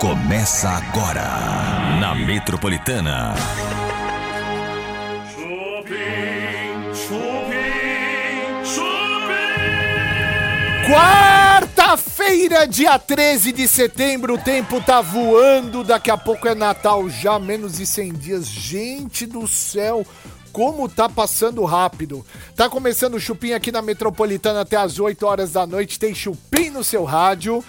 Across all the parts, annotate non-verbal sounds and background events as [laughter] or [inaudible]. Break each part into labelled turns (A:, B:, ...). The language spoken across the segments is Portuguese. A: Começa agora na Metropolitana.
B: Chupim, chupim, chupim.
C: Quarta-feira, dia 13 de setembro, o tempo tá voando, daqui a pouco é Natal já, menos de 100 dias. Gente do céu, como tá passando rápido. Tá começando o Chupim aqui na Metropolitana até as 8 horas da noite, tem Chupim no seu rádio.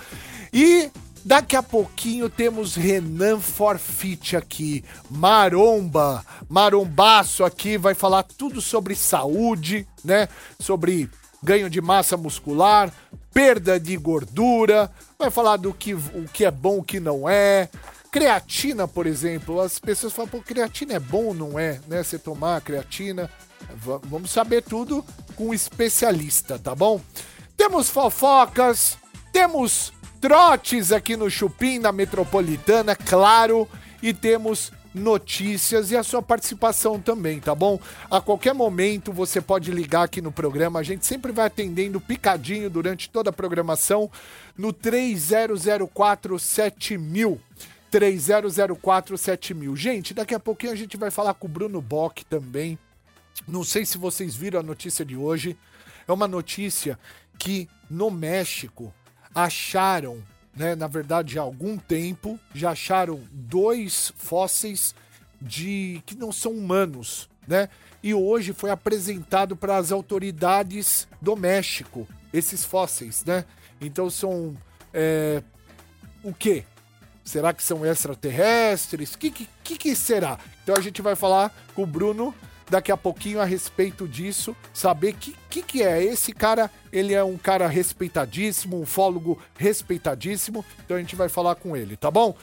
C: E daqui a pouquinho temos Renan Forfit aqui, Maromba, Marombaço aqui, vai falar tudo sobre saúde, né? Sobre ganho de massa muscular, perda de gordura, vai falar do que, o que é bom, o que não é. Creatina, por exemplo, as pessoas falam, pô, creatina é bom ou não é, né? Você tomar creatina. Va- Vamos saber tudo com um especialista, tá bom? Temos fofocas, temos trotes aqui no Chupim, na Metropolitana, claro, e temos notícias e a sua participação também, tá bom? A qualquer momento você pode ligar aqui no programa, a gente sempre vai atendendo picadinho durante toda a programação no 3004 7000. 3004 7000. Gente, daqui a pouquinho a gente vai falar com o Bruno Bock também. Não sei se vocês viram a notícia de hoje. É uma notícia que no México acharam, né, na verdade, há algum tempo, já acharam dois fósseis de que não são humanos, né? E hoje foi apresentado para as autoridades do México esses fósseis, né? Então são é, o quê? Será que são extraterrestres? O que, que, que que será? Então a gente vai falar com o Bruno daqui a pouquinho a respeito disso, saber o que, que, que é. Esse cara, ele é um cara respeitadíssimo, um ufólogo respeitadíssimo, então a gente vai falar com ele, tá bom?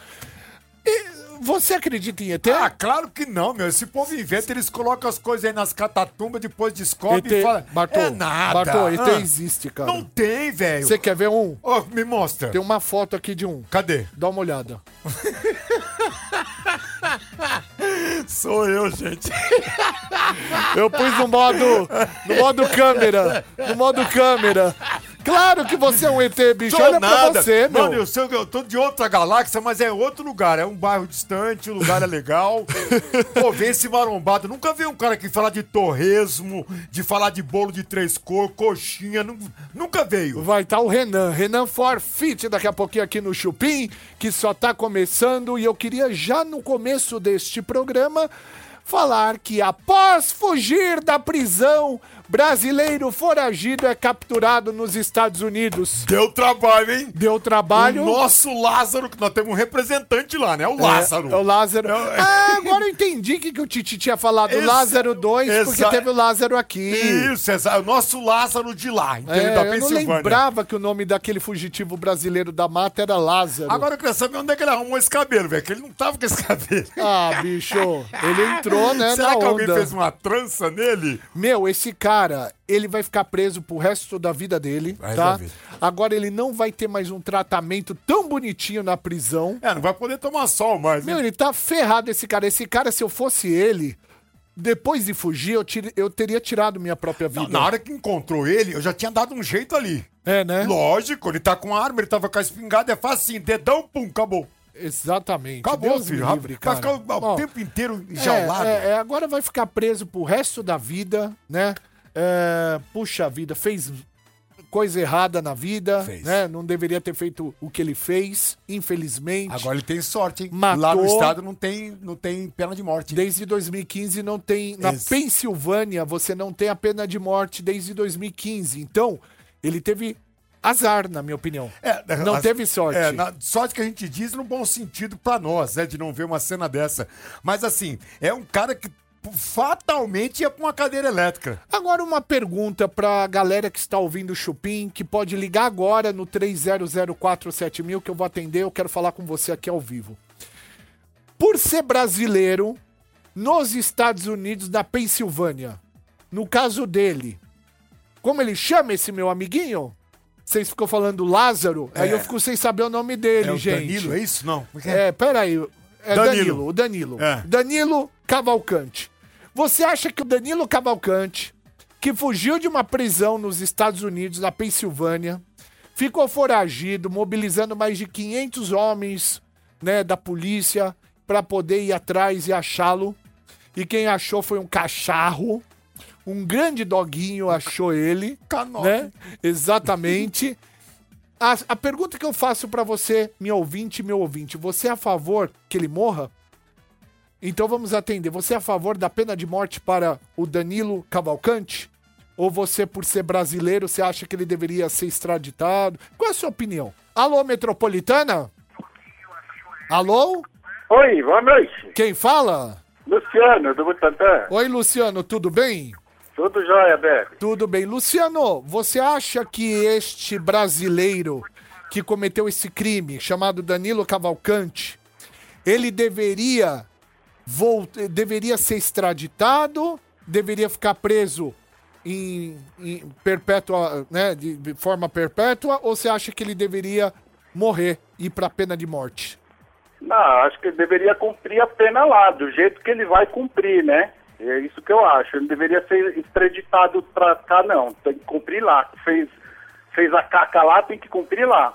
C: E você acredita em ET?
D: Ah, claro que não, meu. Esse povo inventa, eles colocam as coisas aí nas catatumbas, depois descobre
C: ET,
D: e fala.
C: Bartô,
D: é nada.
C: Bartô, ET
D: Ah,
C: existe, cara.
D: Não tem, velho.
C: Você quer ver um?
D: Ô, me mostra.
C: Tem uma foto aqui de um.
D: Cadê?
C: Dá uma olhada.
D: Sou eu, gente.
C: Eu pus no modo. No modo câmera. No modo câmera. Claro que você é um ET, bicho.
D: Sou
C: Olha
D: nada.
C: pra você, meu.
D: Mano, eu sei que eu tô de outra galáxia, mas é outro lugar. É um bairro distante, o lugar é legal.
C: [laughs]
D: Pô, vê esse marombado. Nunca vi um cara que fala de torresmo, de falar de bolo de três cor, coxinha. nu- Nunca veio.
C: Vai estar o Renan. Renan Forfit daqui a pouquinho aqui no Chupim, que só tá começando. E eu queria já no começo deste programa falar que após fugir da prisão, brasileiro foragido é capturado nos Estados Unidos.
D: Deu trabalho, hein?
C: Deu trabalho.
D: O nosso Lázaro, que nós temos um representante lá, né? O Lázaro.
C: É, é o Lázaro.
D: É, é.
C: Ah, agora eu entendi o que, que o Titi tinha falado.
D: Exa-
C: Lázaro 2, porque
D: exa-
C: teve o Lázaro aqui.
D: Isso, exa- é o nosso Lázaro de lá, entendeu?
C: É,
D: da
C: eu não
D: Pensilvânia.
C: lembrava que o nome daquele fugitivo brasileiro da mata era Lázaro.
D: Agora eu queria saber onde é que ele arrumou esse cabelo, velho. Que ele não tava com esse [laughs] cabelo.
C: Ah, bicho, ele entrou, né,
D: Será
C: na
D: que alguém
C: onda.
D: fez uma trança nele?
C: Meu, esse cara, ele vai ficar preso pro resto da vida dele,
D: Resto
C: tá?
D: da vida.
C: Agora ele não vai ter mais um tratamento tão bonitinho na prisão.
D: É, não vai poder tomar sol mais. né?
C: Meu, ele tá ferrado esse cara. Esse cara, se eu fosse ele, depois de fugir, eu, tire- eu teria tirado minha própria vida.
D: Na hora que encontrou ele, eu já tinha dado um jeito ali.
C: É, né?
D: Lógico, ele tá com a arma, ele tava com a espingarda, é facinho, dedão, pum, acabou.
C: Exatamente.
D: Acabou,
C: Deus me
D: filho.
C: livre,
D: vai
C: cara.
D: ficar o, o
C: Ó,
D: tempo inteiro
C: É,
D: enjaulado.
C: É, é, agora vai ficar preso pro resto da vida, né? É, puxa vida, fez coisa errada na vida,
D: Fez.
C: né? Não deveria ter feito o que ele fez, infelizmente.
D: Agora ele tem sorte, hein?
C: Matou.
D: Lá no estado não tem, não tem pena de morte.
C: Desde 2015 não tem. Na
D: Ex-
C: Pensilvânia você não tem a pena de morte desde 2015. Então, ele teve azar, na minha opinião.
D: É,
C: não
D: as-
C: teve sorte.
D: é, na- sorte que a gente diz no bom sentido pra nós, né? De não ver uma cena dessa. Mas assim, é um cara que p- fatalmente ia pra uma cadeira elétrica.
C: Agora uma pergunta pra galera que está ouvindo o Chupim, que pode ligar agora no 30047000 que eu vou atender, eu quero falar com você aqui ao vivo. Por ser brasileiro, nos Estados Unidos, na Pensilvânia, no caso dele, como ele chama esse meu amiguinho? Vocês ficam falando Lázaro, aí
D: É.
C: eu fico sem saber o nome dele,
D: é o
C: gente.
D: Danilo, é isso? Não. Como que é?
C: É, peraí. É Danilo,
D: Danilo.
C: o Danilo.
D: É.
C: Danilo Cavalcante. Você acha que o Danilo Cavalcante, que fugiu de uma prisão nos Estados Unidos, na Pensilvânia, ficou foragido, mobilizando mais de 500 homens né, da polícia pra poder ir atrás e achá-lo. E quem achou foi um cacharro. Um grande doguinho achou ele.
D: Canove.
C: Né? Exatamente. A, a pergunta que eu faço pra você, minha ouvinte, meu ouvinte, você é a favor que ele morra? Então vamos atender. Você é a favor da pena de morte para o Danilo Cavalcante? Ou você, por ser brasileiro, você acha que ele deveria ser extraditado? Qual é a sua opinião? Alô, metropolitana? Alô?
E: Oi, boa noite.
C: Quem fala?
E: Luciano, do Butantã.
C: Oi, Luciano, tudo bem?
E: Tudo jóia, Beco.
C: Tudo bem. Luciano, você acha que este brasileiro que cometeu esse crime, chamado Danilo Cavalcante, ele deveria, vol- deveria ser extraditado, deveria ficar preso em, em perpétua, né, de de forma perpétua, ou você acha que ele deveria morrer e ir para pena de morte?
E: Não, acho que ele deveria cumprir a pena lá, do jeito que ele vai cumprir, né? É isso que eu acho. Ele não deveria ser extraditado pra cá, não. Tem que cumprir lá. Fez, fez a caca lá, tem que cumprir lá.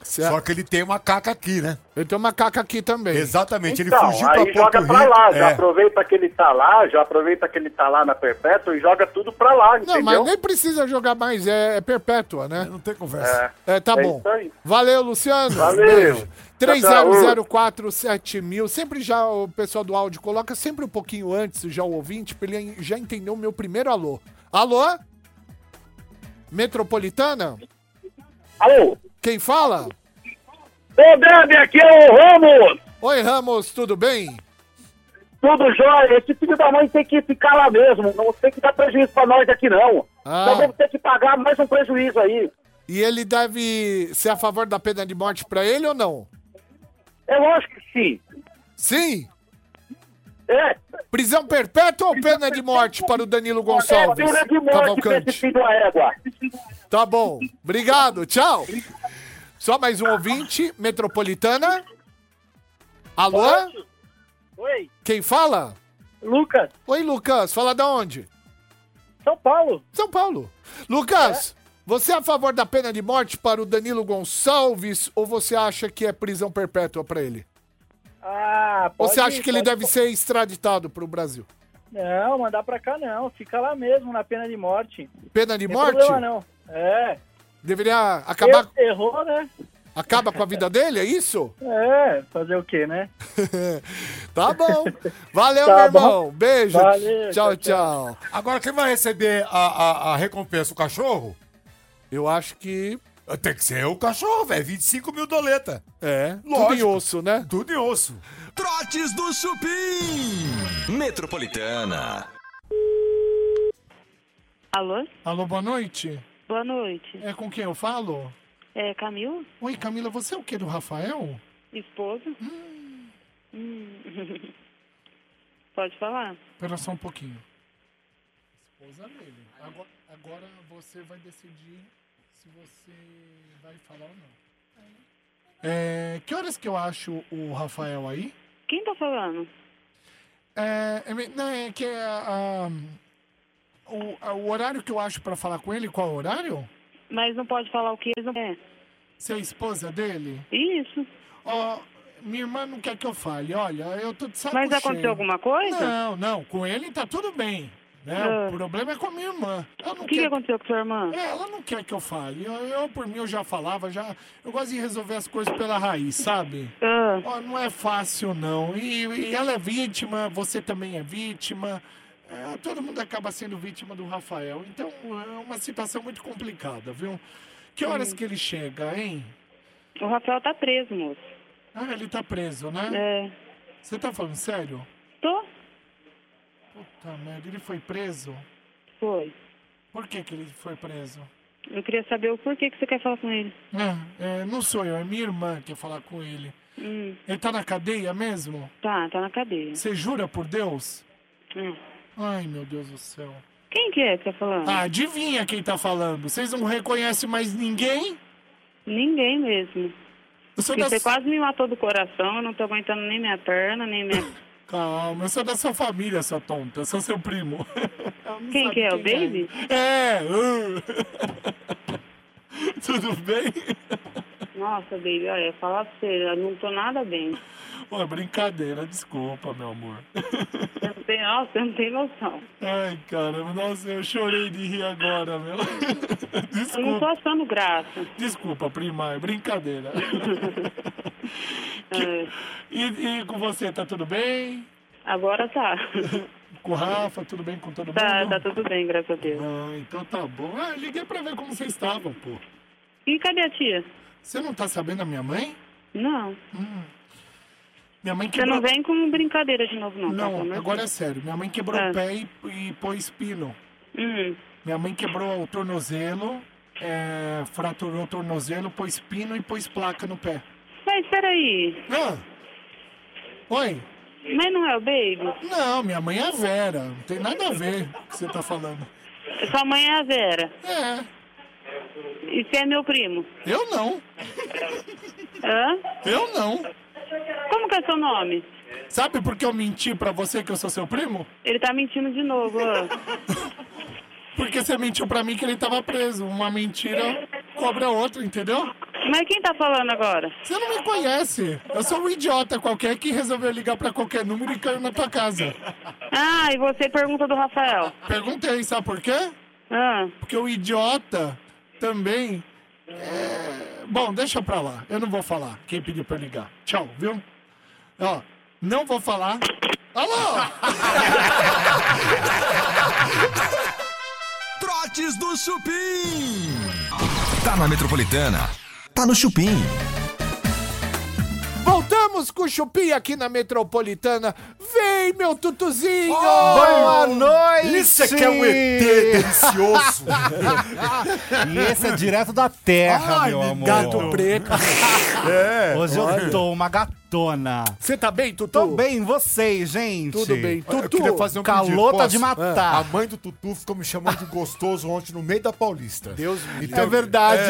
C: Você-
D: É. Só que ele tem uma caca aqui, né?
C: Eu tenho uma caca aqui também.
D: Exatamente, ele
E: então,
D: fugiu
E: aí
D: pra Porto
E: joga pra
D: Rico.
E: lá. Já
D: é.
E: aproveita que ele tá lá, já aproveita que ele tá lá na perpétua e joga tudo pra lá,
C: Não,
E: entendeu?
C: mas nem precisa jogar mais, é, é perpétua, né?
D: Não tem conversa.
C: É, tá
E: É
C: bom.
E: isso aí.
C: Valeu, Luciano.
E: Valeu.
C: Beijo.
E: Tchau,
C: 30047000. Sempre já o pessoal do áudio coloca sempre um pouquinho antes, já o ouvinte, pra ele já entender o meu primeiro alô. Alô? Metropolitana?
E: Alô?
C: Quem fala?
E: Ô, Bebe, aqui é o Ramos!
C: Oi, Ramos, tudo bem?
E: Tudo jóia, esse filho da mãe tem que ficar lá mesmo, não tem que dar prejuízo pra nós aqui não.
C: Ah.
E: Nós vamos ter que pagar mais um prejuízo aí.
C: E ele deve ser a favor da pena de morte pra ele ou não?
E: É lógico que sim.
C: Sim?
E: É,
C: Prisão perpétua ou pena de morte para o Danilo
E: é
C: Gonçalves?
E: pena de morte pra esse
C: Cavalcante.
E: filho da égua.
C: Tá bom. Obrigado. Tchau. Só mais um ouvinte, Metropolitana. Alô?
E: Oi,
C: Quem fala?
E: Lucas,
C: Oi, Lucas. Fala da onde?
E: São Paulo.
C: São Paulo. Lucas, você é a favor da pena de morte para o Danilo Gonçalves ou você acha que é prisão perpétua pra ele?
F: Ah,
C: Ou
F: pode,
C: você acha que ele
F: pode-
C: deve ser extraditado pro Brasil?
F: Não, mandar pra cá não. Fica lá mesmo, na pena de morte.
C: Pena de
F: Tem
C: morte?
F: problema não. É.
C: Deveria acabar
F: Er- Errou, né?
C: acaba com a vida dele, é isso?
F: É, fazer o quê, né? [laughs]
C: Tá bom. Valeu,
F: Tá
C: meu
F: bom.
C: irmão. Beijo.
F: Valeu,
C: tchau,
F: tchau,
C: tchau.
D: Agora quem vai receber a, a, a recompensa? O cachorro?
C: Eu acho que
D: Tem que ser o cachorro, velho. 25 mil doleta.
C: É,
D: Lógico.
C: tudo em osso, né?
D: Tudo em osso.
A: Trotes do Chupim. Metropolitana.
G: Alô?
C: Alô, boa noite.
G: Boa noite.
C: É com quem eu falo?
G: É Camil?
C: Oi, Camila, você é o que do Rafael?
G: Esposo? Hum. [laughs] Pode falar?
C: Espera só um pouquinho. Esposa dele. Agora, agora você vai decidir se você vai falar ou não. É, que horas que eu acho o Rafael aí?
G: Quem tá falando?
C: É, é, me- não, é que é, ah, o, a- o horário que eu acho pra falar com ele, qual é o horário?
G: Mas não pode falar o que eles não é.
C: Você é a esposa dele?
G: Isso.
C: Ó, minha irmã não quer que eu fale. Olha, eu tô de saco
G: Mas
C: cheio.
G: aconteceu alguma coisa?
C: Não, não. Com ele tá tudo bem. Né?
G: Ah.
C: O problema é com a minha irmã. Ela não
G: O que, que
C: quer...
G: aconteceu com sua irmã?
C: É, ela não quer que eu fale. Eu, eu, por mim, eu já falava. Já... Eu gosto de resolver as coisas pela raiz, sabe?
G: Ah,
C: Ó, não é fácil, não. E, e ela é vítima, você também é vítima. É, todo mundo acaba sendo vítima do Rafael. Então, é uma situação muito complicada, viu? Que horas que ele chega, hein?
G: o Rafael tá preso, moço.
C: Ah, ele tá preso, né?
G: É.
C: Você tá falando sério?
G: Tô?
C: Puta merda, ele foi preso?
G: Foi.
C: Por que, que ele foi preso?
G: Eu queria saber o porquê que você quer falar com ele.
C: É, é, não sou eu, é minha irmã que quer falar com ele.
G: Hum,
C: Ele tá na cadeia mesmo?
G: tá, tá na cadeia.
C: Você jura por Deus?
G: Hum.
C: Ai, meu Deus do céu.
G: Quem que é que tá falando?
C: Ah, adivinha quem tá falando? Vocês não reconhecem mais ninguém?
G: Ninguém mesmo.
C: Eu sou
G: Porque
C: da...
G: você quase me matou do coração, eu não tô aguentando nem minha perna, nem minha.
C: Calma, eu sou da sua família, sua tonta. Eu sou seu primo. Eu
G: [laughs]
C: não
G: Quem
C: sabe
G: que é, o Baby?
C: É! uh. Tudo bem?
G: Nossa, baby, olha, falar pra você, eu não tô nada bem.
H: Pô, é brincadeira, desculpa, meu amor.
G: Você não tem, nossa, você não tem noção.
H: Ai, caramba, nossa, eu chorei de rir agora, meu.
G: Eu não tô
H: Desculpa,
G: achando graça.
H: desculpa, prima, é brincadeira.
G: É,
H: E, e com você, tá tudo bem?
G: agora tá.
H: Com o Rafa, tudo bem com todo
G: tá.
H: mundo?
G: Tá tudo bem, graças a Deus.
H: Ah, então tá bom. Ah, eu liguei pra ver como vocês estavam, pô.
G: E cadê a tia?
H: Você não tá sabendo a minha mãe?
G: Não.
H: Minha mãe
G: Você
H: quebrou...
G: não vem com brincadeira de novo, não. tá bom,
H: Não,
G: né?
H: agora é sério. Minha mãe quebrou
G: Ah.
H: o pé e, e pôs pino.
G: Hum,
H: Minha mãe quebrou o tornozelo, é, fraturou o tornozelo, pôs pino e pôs placa no pé.
G: Mas peraí.
H: Ah. Oi?
G: Mas não é o baby?
H: Não, minha mãe é a Vera. Não tem nada a ver com o que você tá falando.
G: Sua mãe é a Vera.
H: É,
G: E você é meu primo.
H: eu não.
G: Hã?
H: Eu não.
G: Como que é seu nome?
H: Sabe por que eu menti pra você que eu sou seu primo?
G: Ele tá mentindo de novo. ó.
H: Porque você mentiu pra mim que ele tava preso. Uma mentira cobra a outra, entendeu?
G: Mas quem tá falando agora?
H: Você não me conhece. Eu sou um idiota qualquer que resolveu ligar pra qualquer número e caiu na tua casa.
G: Ah, e você pergunta do Rafael.
H: Perguntei, sabe por quê?
G: Ah,
H: Porque o idiota também. é- Bom, deixa pra lá. Eu não vou falar. Quem pediu pra eu ligar? Tchau, viu? Ó, não vou falar. Alô!
A: Trotes do Chupim. Tá na Metropolitana. Tá no Chupim.
C: Voltamos com o Chupim aqui na Metropolitana. Vem, meu tutuzinho!
D: Boa
C: noite!
D: Isso é que é um ET [laughs] delicioso.
I: E esse é direto da terra,
D: Ai,
I: meu amor.
C: Gato preto. É,
I: Hoje eu tô uma gatona.
C: Você tá bem, Tutu?
I: Tô bem, vocês, gente. É
C: Tudo bem.
D: Eu
C: Tutu,
D: queria fazer um
I: calor tá
D: pedido,
I: de
D: posso? É.
I: matar.
D: A mãe do Tutu ficou me chamando de gostoso ontem no meio da Paulista.
C: Deus me
D: Então,
C: livre. verdade.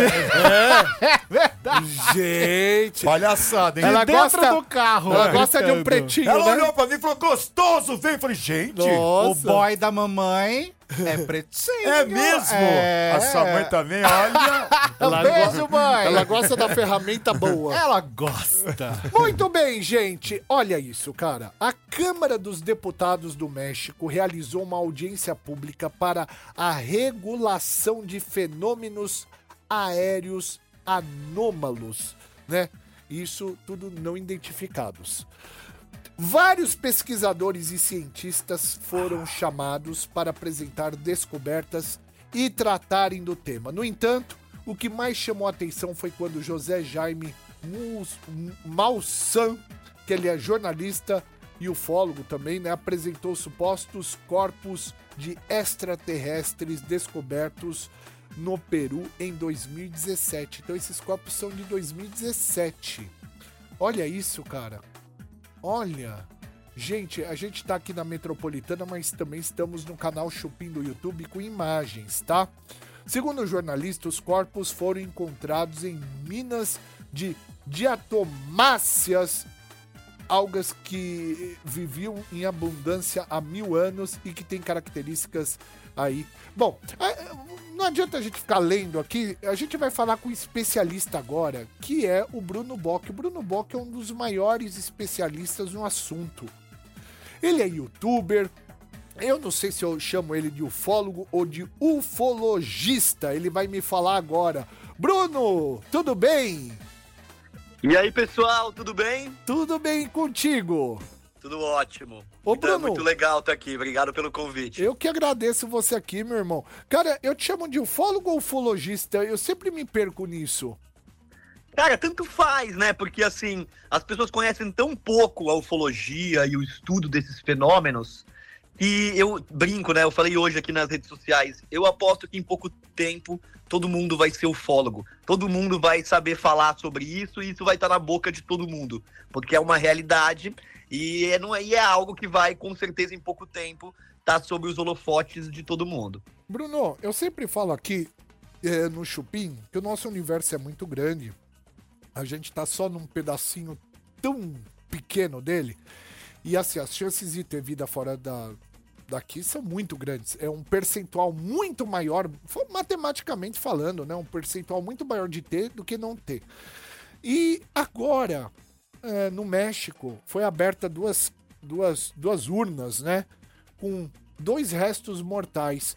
I: Verdade.
C: [laughs] Gente.
D: Palhaçada, hein?
C: Ela
I: dentro
C: gosta
I: do carro,
C: Ela
I: né?
C: gosta de um
I: Gritando.
C: pretinho,
D: Ela
C: né?
D: olhou pra mim e falou, gostoso, vem. Eu falei, gente,
I: O
C: Nossa.
I: boy da mamãe é pretinho.
D: é mesmo?
I: É.
D: A sua mãe também, olha.
I: Um beijo, mãe.
C: Ela gosta da ferramenta boa.
I: Ela gosta.
C: Muito bem, gente. Olha isso, cara. A Câmara dos Deputados do México realizou uma audiência pública para a regulação de fenômenos aéreos anômalos, né? Isso tudo não identificados. Vários pesquisadores e cientistas foram chamados para apresentar descobertas e tratarem do tema. No entanto, o que mais chamou a atenção foi quando José Jaime Mus- M- Malsan, que ele é jornalista e ufólogo também, né, apresentou supostos corpos de extraterrestres descobertos no Peru em 2017. Então esses corpos são de 2017. Olha isso, cara. Olha, gente, a gente tá aqui na Metropolitana, mas também estamos no canal Chupim do YouTube com imagens, tá? Segundo o jornalista, os corpos foram encontrados em minas de diatomáceas, algas que viviam em abundância há mil anos e que têm características aí. Bom, a- não adianta a gente ficar lendo aqui, a gente vai falar com um especialista agora, que é o Bruno Bock. O Bruno Bock é um dos maiores especialistas no assunto. Ele é youtuber. Eu não sei se eu chamo ele de ufólogo ou de ufologista. Ele vai me falar agora. Bruno, tudo bem?
J: E aí, pessoal, tudo bem?
C: Tudo bem contigo?
J: Tudo ótimo. Então,
C: Ô,
J: é
C: Bruno.
J: muito legal estar aqui. Obrigado pelo convite.
C: Eu que agradeço você aqui, meu irmão. Cara, eu te chamo de ufólogo ou ufologista? Eu sempre me perco nisso.
J: Cara, tanto faz, né? Porque assim, as pessoas conhecem tão pouco a ufologia e o estudo desses fenômenos que eu brinco, né? Eu falei hoje aqui nas redes sociais. Eu aposto que em pouco tempo todo mundo vai ser ufólogo. Todo mundo vai saber falar sobre isso e isso vai estar na boca de todo mundo, porque é uma realidade e é, não é, e é algo que vai com certeza em pouco tempo estar sobre os holofotes de todo mundo.
C: Bruno, eu sempre falo aqui eh, no Chupim que o nosso universo é muito grande. A gente tá só num pedacinho tão pequeno dele. E assim, as chances de ter vida fora da, daqui são muito grandes. É um percentual muito maior, fa- matematicamente falando, né? Um percentual muito maior de ter do que não ter. E agora, é, no México, foi aberta duas, duas, duas urnas, né? Com dois restos mortais.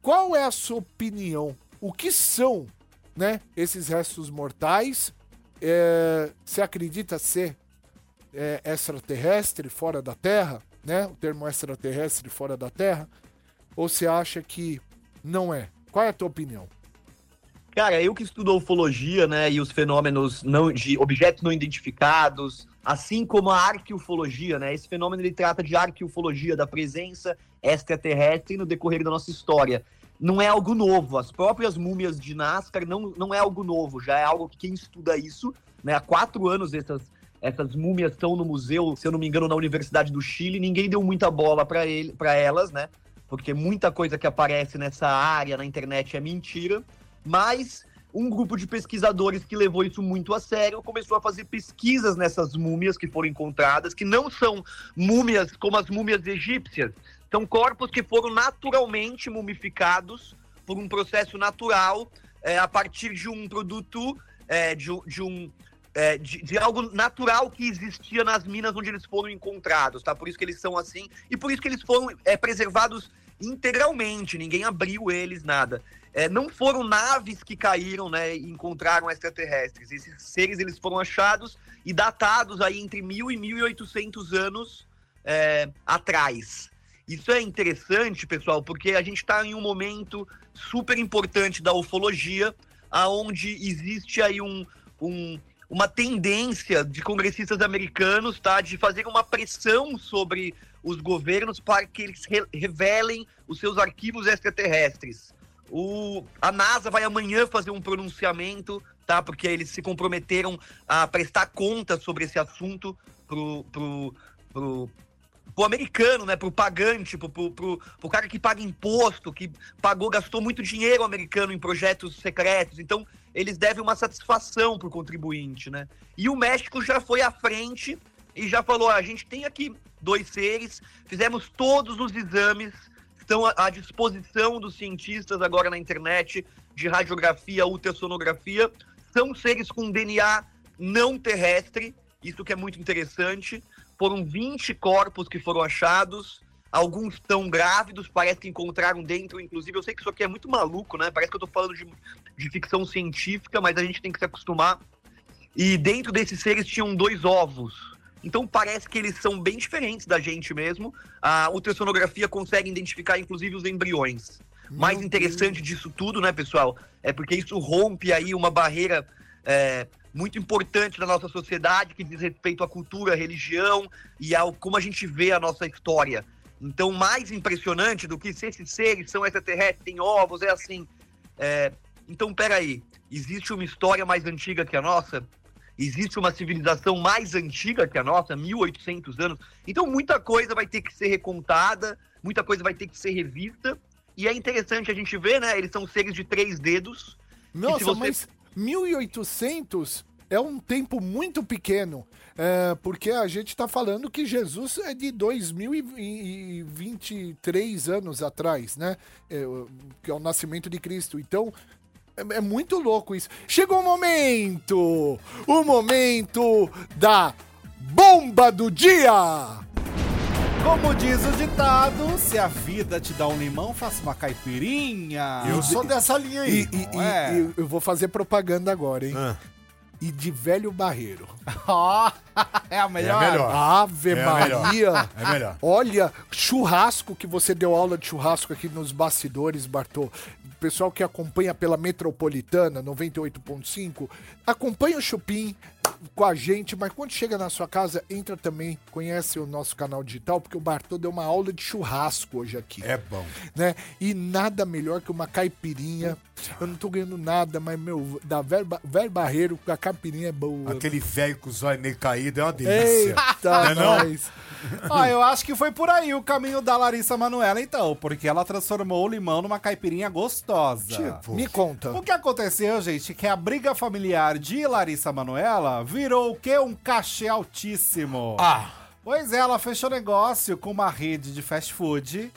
C: Qual é a sua opinião? O que são, né? Esses restos mortais? É, você acredita ser é, extraterrestre fora da Terra, né? O termo extraterrestre fora da Terra? Ou você acha que não é? Qual é a tua opinião?
J: Cara, eu que estudo a ufologia, né, e os fenômenos não de objetos não identificados, assim como a arqueufologia, né, esse fenômeno ele trata de arqueufologia, da presença extraterrestre no decorrer da nossa história. Não é algo novo, as próprias múmias de Nazca não, não é algo novo, já é algo que quem estuda isso, né, há quatro anos essas, essas múmias estão no museu, se eu não me engano, na Universidade do Chile, ninguém deu muita bola para ele, para elas, né, porque muita coisa que aparece nessa área na internet é mentira mas um grupo de pesquisadores que levou isso muito a sério começou a fazer pesquisas nessas múmias que foram encontradas, que não são múmias como as múmias egípcias, são corpos que foram naturalmente mumificados por um processo natural é, a partir de um produto, é, de, de um é, de, de, algo natural que existia nas minas onde eles foram encontrados, tá? Por isso que eles são assim e por isso que eles foram é, preservados integralmente, ninguém abriu eles, nada. É, não foram naves que caíram, né, e encontraram extraterrestres. Esses seres, eles foram achados e datados aí entre mil e 1800 anos é, atrás. Isso é interessante, pessoal, porque a gente está em um momento super importante da ufologia, aonde existe aí um, um uma tendência de congressistas americanos, tá, de fazer uma pressão sobre os governos para que eles re revelem os seus arquivos extraterrestres. O, a NASA vai amanhã fazer um pronunciamento, tá, porque eles se comprometeram a prestar conta sobre esse assunto pro, pro, pro, pro americano, né, pro pagante, pro, pro, pro, pro cara que paga imposto, que pagou, gastou muito dinheiro americano em projetos secretos. Então, eles devem uma satisfação para o contribuinte, né? E o México já foi à frente e já falou: ah, a gente tem aqui dois seres, fizemos todos os exames, estão à disposição dos cientistas agora na internet de radiografia, ultrassonografia. São seres com DNA não terrestre, isso que é muito interessante. Foram 20 corpos que foram achados. Alguns estão grávidos, parece que encontraram dentro, inclusive. Eu sei que isso aqui é muito maluco, né? Parece que eu tô falando de, de ficção científica, mas a gente tem que se acostumar. E dentro desses seres tinham dois ovos. Então parece que eles são bem diferentes da gente mesmo. A ultrassonografia consegue identificar, inclusive, os embriões. Meu Mais interessante Deus. disso tudo, né, pessoal? É porque isso rompe aí uma barreira. É, muito importante na nossa sociedade, que diz respeito à cultura, à religião e ao como a gente vê a nossa história. Então, mais impressionante do que se esses seres são extraterrestres, têm ovos, é assim. É... Então, peraí, existe uma história mais antiga que a nossa? Existe uma civilização mais antiga que a nossa, 1800 anos? Então, muita coisa vai ter que ser recontada, muita coisa vai ter que ser revista. E é interessante a gente ver, né? Eles são seres de três dedos.
C: Nossa, você... mas 1800 é um tempo muito pequeno, é, porque a gente está falando que Jesus é de 2023 anos atrás, né? É, que é o nascimento de Cristo. Então. É, é muito louco isso. Chegou o momento! O momento da bomba do dia!
I: Como diz o ditado, se a vida te dá um limão, faça uma caipirinha.
D: Eu sou dessa linha aí. é?
C: E, e, e, e eu vou fazer propaganda agora, hein? Ah e de Velho Barreiro.
I: Ó, [laughs] é a melhor.
D: É a melhor.
C: Ave
D: É a
C: Maria.
D: melhor. É melhor.
C: Olha, churrasco que você deu aula de churrasco aqui nos bastidores, Bartô. Pessoal que acompanha pela Metropolitana 98.5, acompanha o Chupim com a gente, mas quando chega na sua casa, entra também, conhece o nosso canal digital, porque o Bartô deu uma aula de churrasco hoje aqui.
D: É bom.
C: Né? E nada melhor que uma caipirinha. Eu não tô ganhando nada, mas, meu, da Velho, Ba- Velho Barreiro, a caipirinha é boa.
D: Aquele velho com os olhos meio caídos é uma delícia.
C: Eita,
D: Não é não?
C: nós.
I: Ah, eu acho que foi por aí o caminho da Larissa Manoela, então, porque ela transformou o limão numa caipirinha gostosa.
D: Tá.
C: Tipo, me conta.
I: O que aconteceu, gente, que a briga familiar de Larissa Manoela virou o quê? Um cachê altíssimo.
D: Ah,
I: Pois é, ela fechou negócio com uma rede de fast food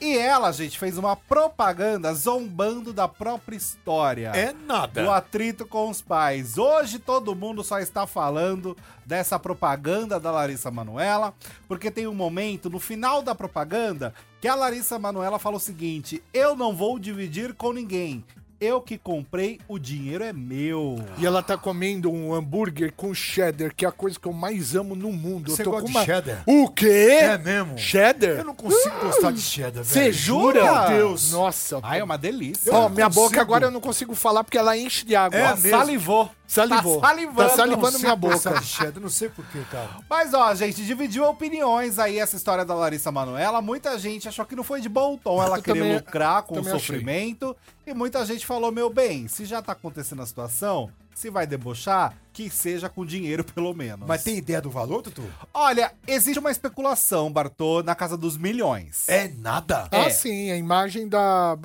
I: E ela, gente, fez uma propaganda zombando da própria história.
D: É nada.
I: Do atrito com os pais. Hoje todo mundo só está falando dessa propaganda da Larissa Manuela, porque tem um momento no final da propaganda que a Larissa Manuela fala o seguinte: "Eu não vou dividir com ninguém. Eu que comprei, o dinheiro é meu."
C: E ela tá comendo um hambúrguer com cheddar, que é a coisa que eu mais amo no mundo.
D: Você
C: eu tô
D: gosta
C: com
D: de cheddar?
C: O quê?
D: É mesmo?
C: Cheddar?
D: Eu não consigo gostar de cheddar, velho.
C: Você jura?
D: Meu Deus.
C: Nossa.
I: Ai, é uma delícia.
C: Ó, minha
D: consigo.
C: boca agora eu não consigo falar porque ela enche de água.
D: É
C: Ela
D: mesmo?
I: Salivou.
C: Salivou.
I: Tá salivando.
C: Tá
D: [laughs]
C: salivando minha
D: Não sei
C: boca.
D: gostar de cheddar, não sei porquê, cara.
I: Mas ó, gente, dividiu opiniões aí essa história da Larissa Manoela. Muita gente achou que não foi de bom tom ela
C: Eu
I: querer
C: também-
I: lucrar com o
C: também achei.
I: sofrimento. E muita gente falou: meu bem, se já tá acontecendo a situação, se vai debochar, que seja com dinheiro [laughs] pelo menos.
D: Mas tem ideia do valor, Tutu?
I: Olha, existe uma especulação, Bartô, na casa dos milhões.
D: É nada.
C: Ah,
I: É.
C: sim, a imagem da.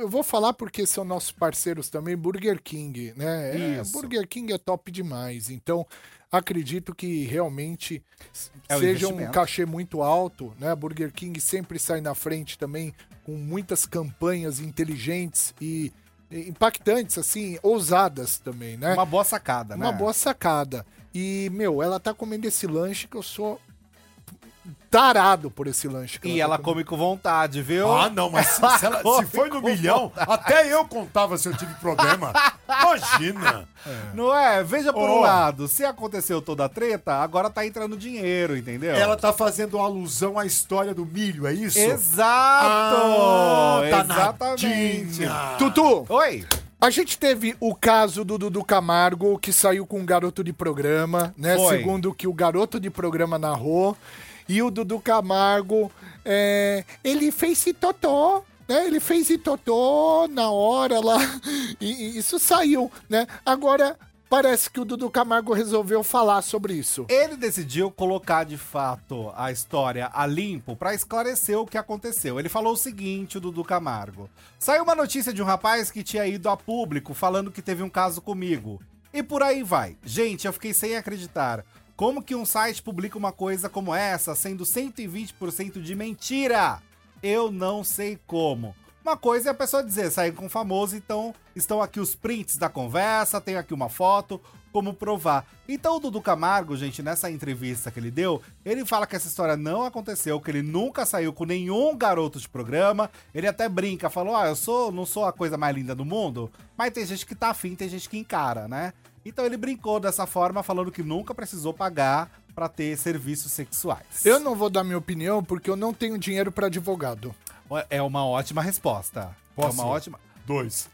C: Eu vou falar porque são nossos parceiros também, Burger King, né? É,
I: Isso.
C: Burger King é top demais. Então, acredito que realmente s-
I: É o
C: seja um
I: investimento.
C: cachê muito alto, né? Burger King sempre sai na frente também com muitas campanhas inteligentes e e impactantes, assim, ousadas também, né?
I: Uma boa sacada, né?
C: Uma boa sacada. E, meu, ela tá comendo esse lanche que eu sou tarado por esse lanche. que
I: E ela
C: tá
I: come com vontade, viu?
D: Ah, não, mas se, se ela- se foi no milhão, até eu contava se eu tive problema. Imagina.
I: Não é? Veja por um
D: Ó.
I: lado, se aconteceu toda a treta, agora tá entrando dinheiro, entendeu?
D: Ela tá fazendo alusão à história do milho, é isso?
I: Exato!
D: Ah,
I: Exatamente!
D: danadinha.
C: Tutu,
I: Oi!
C: a gente teve o caso do Dudu Camargo, que saiu com um garoto de programa, né?
I: Foi.
C: Segundo o que o garoto de programa narrou. E o Dudu Camargo, é, ele fez esse totó, né? Ele fez esse totó na hora lá. [laughs] E, e isso saiu, né? Agora, parece que o Dudu Camargo resolveu falar sobre isso.
I: Ele decidiu colocar de fato a história a limpo pra esclarecer o que aconteceu. Ele falou o seguinte, o Dudu Camargo. Saiu uma notícia de um rapaz que tinha ido a público falando que teve um caso comigo. E por aí vai. Gente, eu fiquei sem acreditar. Como que um site publica uma coisa como essa, sendo 120% de mentira? Eu não sei como. Uma coisa é a pessoa dizer, saí com o famoso, então estão aqui os prints da conversa, tenho aqui uma foto, como provar. Então o Dudu Camargo, gente, nessa entrevista que ele deu, ele fala que essa história não aconteceu, que ele nunca saiu com nenhum garoto de programa. Ele até brinca, falou: "Ah, eu sou, não sou a coisa mais linda do mundo, mas tem gente que tá afim, tem gente que encara, né?" Então ele brincou dessa forma, falando que nunca precisou pagar pra ter serviços sexuais.
C: Eu não vou dar minha opinião porque eu não tenho dinheiro pra advogado.
I: É uma ótima resposta.
D: Posso?
I: É uma ótima.
D: Dois.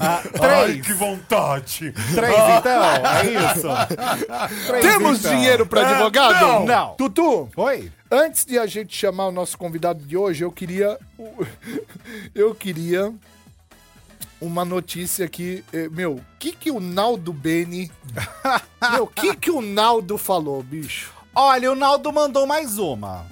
I: Ah,
D: Ai,
I: três.
D: que vontade.
I: Três, então. É isso. Três,
C: [laughs] Temos
I: então.
C: dinheiro pra advogado?
I: não. Não.
C: Ah, Tutu,
I: Oi.
C: Antes de a gente chamar o nosso convidado de hoje, eu queria. [laughs] Eu queria uma notícia aqui. eh, Meu, o que, que o Naldo [laughs] Beni. Meu, o que, que o Naldo falou, bicho?
I: Olha, o Naldo mandou mais uma.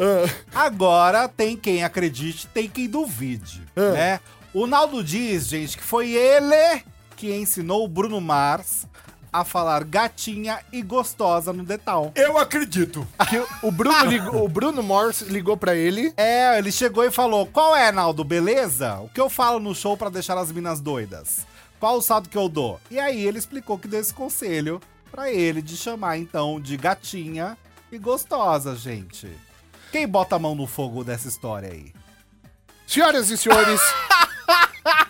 C: Ah,
I: Agora tem quem acredite, tem quem duvide, né? O Naldo diz, gente, que foi ele que ensinou o Bruno Mars a falar gatinha e gostosa no detal.
D: Eu acredito.
C: Que o Bruno, ligou- o Bruno Morse ligou pra ele.
I: É, ele chegou e falou: Qual é, Naldo, beleza? O que eu falo no show pra deixar as minas doidas? Qual o saldo que eu dou? E aí ele explicou que deu esse conselho pra ele de chamar então de gatinha e gostosa, gente. Quem bota a mão no fogo dessa história aí?
C: Senhoras e
D: [laughs]
C: senhores,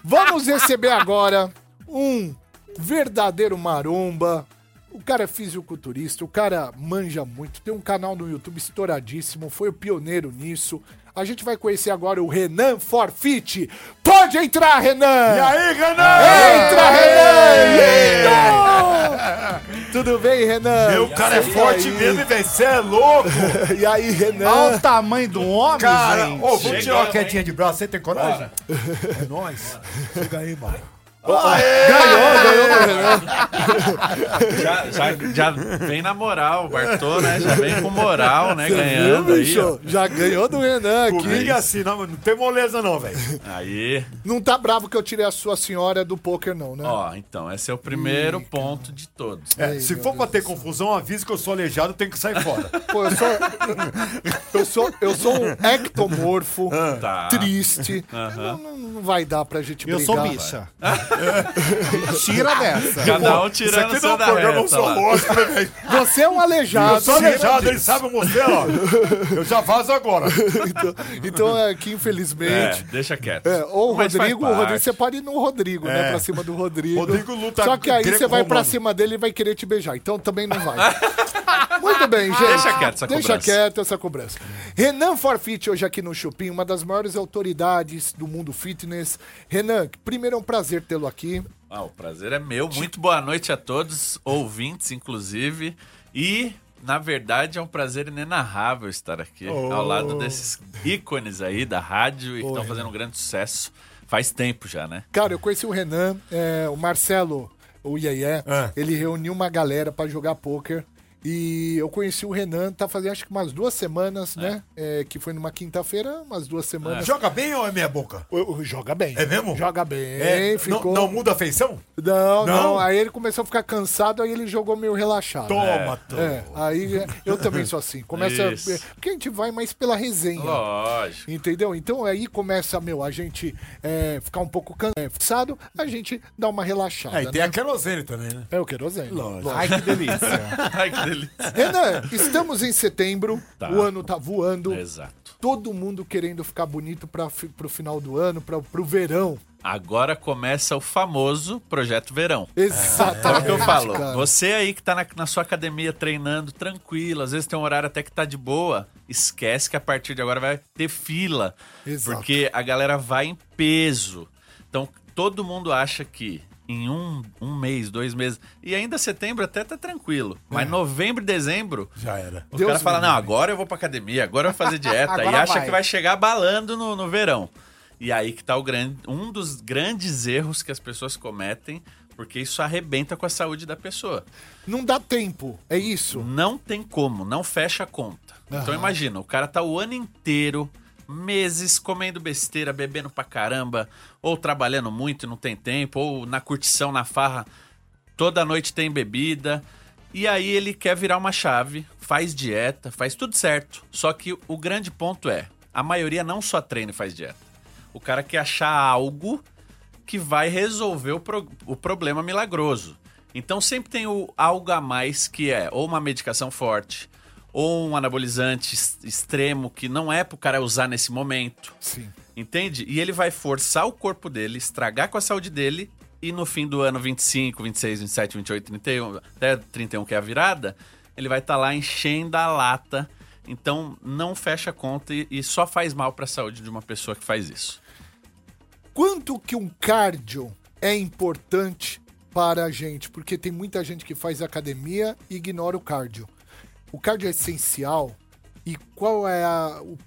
C: vamos receber agora um verdadeiro maromba. O cara é fisiculturista, o cara manja muito, tem um canal no YouTube estouradíssimo, foi o pioneiro nisso. A gente vai conhecer agora o Renan Forfit. Pode entrar, Renan!
D: E aí,
C: Entra,
D: Renan?
C: Renan! Lindo! Tudo bem, Renan?
D: Meu cara é
C: E
D: forte
C: aí?
D: mesmo, velho. Você é louco.
C: E aí,
I: Olha
C: Renan?
I: o tamanho do homem,
D: Cara,
I: gente.
D: ô, vamos tirar uma quedinha de braço. Você tem coragem? É nóis. Chega aí, mano.
C: Ganhou, ganhou do Renan.
K: Já, já, já vem na moral, o Bartô, né? Já vem com moral, né?
C: Você
K: ganhando
C: viu,
K: aí. ó.
C: Tá bicho? Já ganhou do Renan aqui.
D: Comigo é assim, não, não tem moleza não, velho.
K: Aí.
C: Não tá bravo que eu tirei a sua senhora do poker, não, né?
K: Ó, então, esse é o primeiro ponto de todos.
D: É, se for pra ter confusão, avisa que eu sou aleijado, eu tenho que sair fora.
C: Pô, eu sou. [laughs] Eu sou, eu sou um ectomorfo,
K: Tá.
C: triste. Não, não- não vai dar pra gente
I: Eu
C: brigar.
I: sou bicha. Tira dessa.
K: Cada um
D: Isso
K: tirando o
D: aqui não é
K: seu
D: um
K: da
D: programa, eu
K: reta.
D: sou
K: lá.
D: lógico, né, velho?
C: Você é um aleijado.
D: Eu sou aleijado, ele sabe o motel, ó. Eu já vazo agora.
C: [laughs] então, então é aqui,
K: É,
C: infelizmente.
K: deixa quieto.
C: É, ou o
K: Mas faz
C: Rodrigo, o Rodrigo,
K: parte.
C: você pode ir no Rodrigo, né?
D: É.
C: Pra cima do Rodrigo.
D: Rodrigo luta
C: Só que aí você vai pra
D: greco-romano.
C: cima dele e vai querer te beijar. Então também não vai. [laughs] Muito bem, gente.
K: Deixa quieto essa
C: Deixa
K: cobrança.
C: quieto essa cobrança. Renan Forfit hoje aqui no Chupim, uma das maiores autoridades do mundo fitness. Renan, primeiro é um prazer tê-lo aqui.
K: Ah, o prazer é meu. Muito boa noite a todos, ouvintes, inclusive. E, na verdade, é um prazer inenarrável estar aqui
D: Oh.
K: ao lado desses ícones aí da rádio e que estão fazendo um grande sucesso. Faz tempo já, né?
C: Cara, eu conheci o Renan, é, o Marcelo, o Iaié,
D: Ah.
C: ele reuniu uma galera pra jogar pôquer. E eu conheci o Renan, tá fazendo acho que umas duas semanas, né? É, que foi numa quinta-feira, umas duas semanas.
D: Joga bem ou é meia boca?
C: Jo- Joga bem.
D: É mesmo?
C: Joga bem,
D: É,
C: ficou.
D: não, não muda a feição?
C: Não, não,
D: Não?
C: Aí ele começou a ficar cansado, aí ele jogou meio relaxado.
D: Toma, toma.
C: É, aí é, eu também sou assim. Começa.
K: Isso.
C: Porque a gente vai mais pela resenha.
D: [laughs]
K: Lógico.
C: Entendeu? Então aí começa, meu, a gente é, ficar um pouco cansado, a gente dá uma relaxada.
D: É, e tem
C: né?
D: a querosene também, né?
C: É o querosene.
I: Ai, que
K: [laughs]
I: delícia.
K: Ai, que delícia.
C: Renan, estamos em setembro,
K: É, né? Tá.
C: o ano tá voando,
K: Exato.
C: todo mundo querendo ficar bonito pra, fi- pro final do ano, pra, pro verão.
K: Agora começa o famoso Projeto Verão.
C: Exatamente.
K: Sabe É. o que eu falo?
C: cara.
K: Você aí que tá na, na sua academia treinando tranquilo, às vezes tem um horário até que tá de boa, esquece que a partir de agora vai ter fila.
C: Exato.
K: Porque a galera vai em peso. Então todo mundo acha que em um, um mês, dois meses, e ainda setembro até tá tranquilo, mas novembro e dezembro.
D: Já era.
K: Os
C: É. Deus
K: caras falam,
C: me
K: não, agora eu vou pra academia, agora eu vou
C: [laughs]
K: fazer dieta. e
I: Agora
K: acha
I: vai.
K: que vai chegar abalando no, no verão. E aí que tá o grande, um dos grandes erros que as pessoas cometem, porque isso arrebenta com a saúde da pessoa.
C: Não dá tempo, é isso.
K: Não tem como, não fecha a conta. Então imagina, o cara tá o ano inteiro, meses, comendo besteira, bebendo pra caramba, ou trabalhando muito e não tem tempo, ou na curtição, na farra, toda noite tem bebida. E aí ele quer virar uma chave, faz dieta, faz tudo certo. Só que o grande ponto é, a maioria não só treina e faz dieta. O cara quer achar algo que vai resolver o, pro- o problema milagroso. Então sempre tem o algo a mais que é ou uma medicação forte, ou um anabolizante es- extremo que não é pro cara usar nesse momento.
C: Sim.
K: Entende? E ele vai forçar o corpo dele, estragar com a saúde dele, e no fim do ano 25, 26, 27, 28, 31, até 31 que é a virada, ele vai estar lá enchendo a lata. Então não fecha a conta e, e só faz mal pra saúde de uma pessoa que faz isso.
C: Quanto que um cardio é importante para a gente? Porque tem muita gente que faz academia e ignora o cardio. O cardio é essencial e qual é a- o,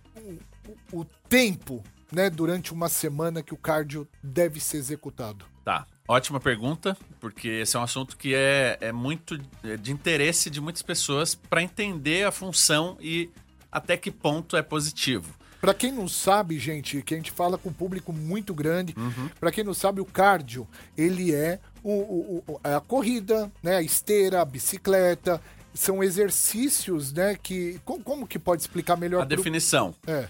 C: o- o tempo, né, durante uma semana que o cardio deve ser executado?
K: Tá, ótima pergunta, porque esse é um assunto que é, é muito é de interesse de muitas pessoas para entender a função e até que ponto é positivo.
C: Pra quem não sabe, gente, que a gente fala com um público muito grande, pra quem não sabe, o cardio, ele é o- o- o- é a corrida, né, a esteira, a bicicleta, são exercícios, né, que... co- Como, que pode explicar melhor?
K: A
C: pro-
K: definição.
C: É,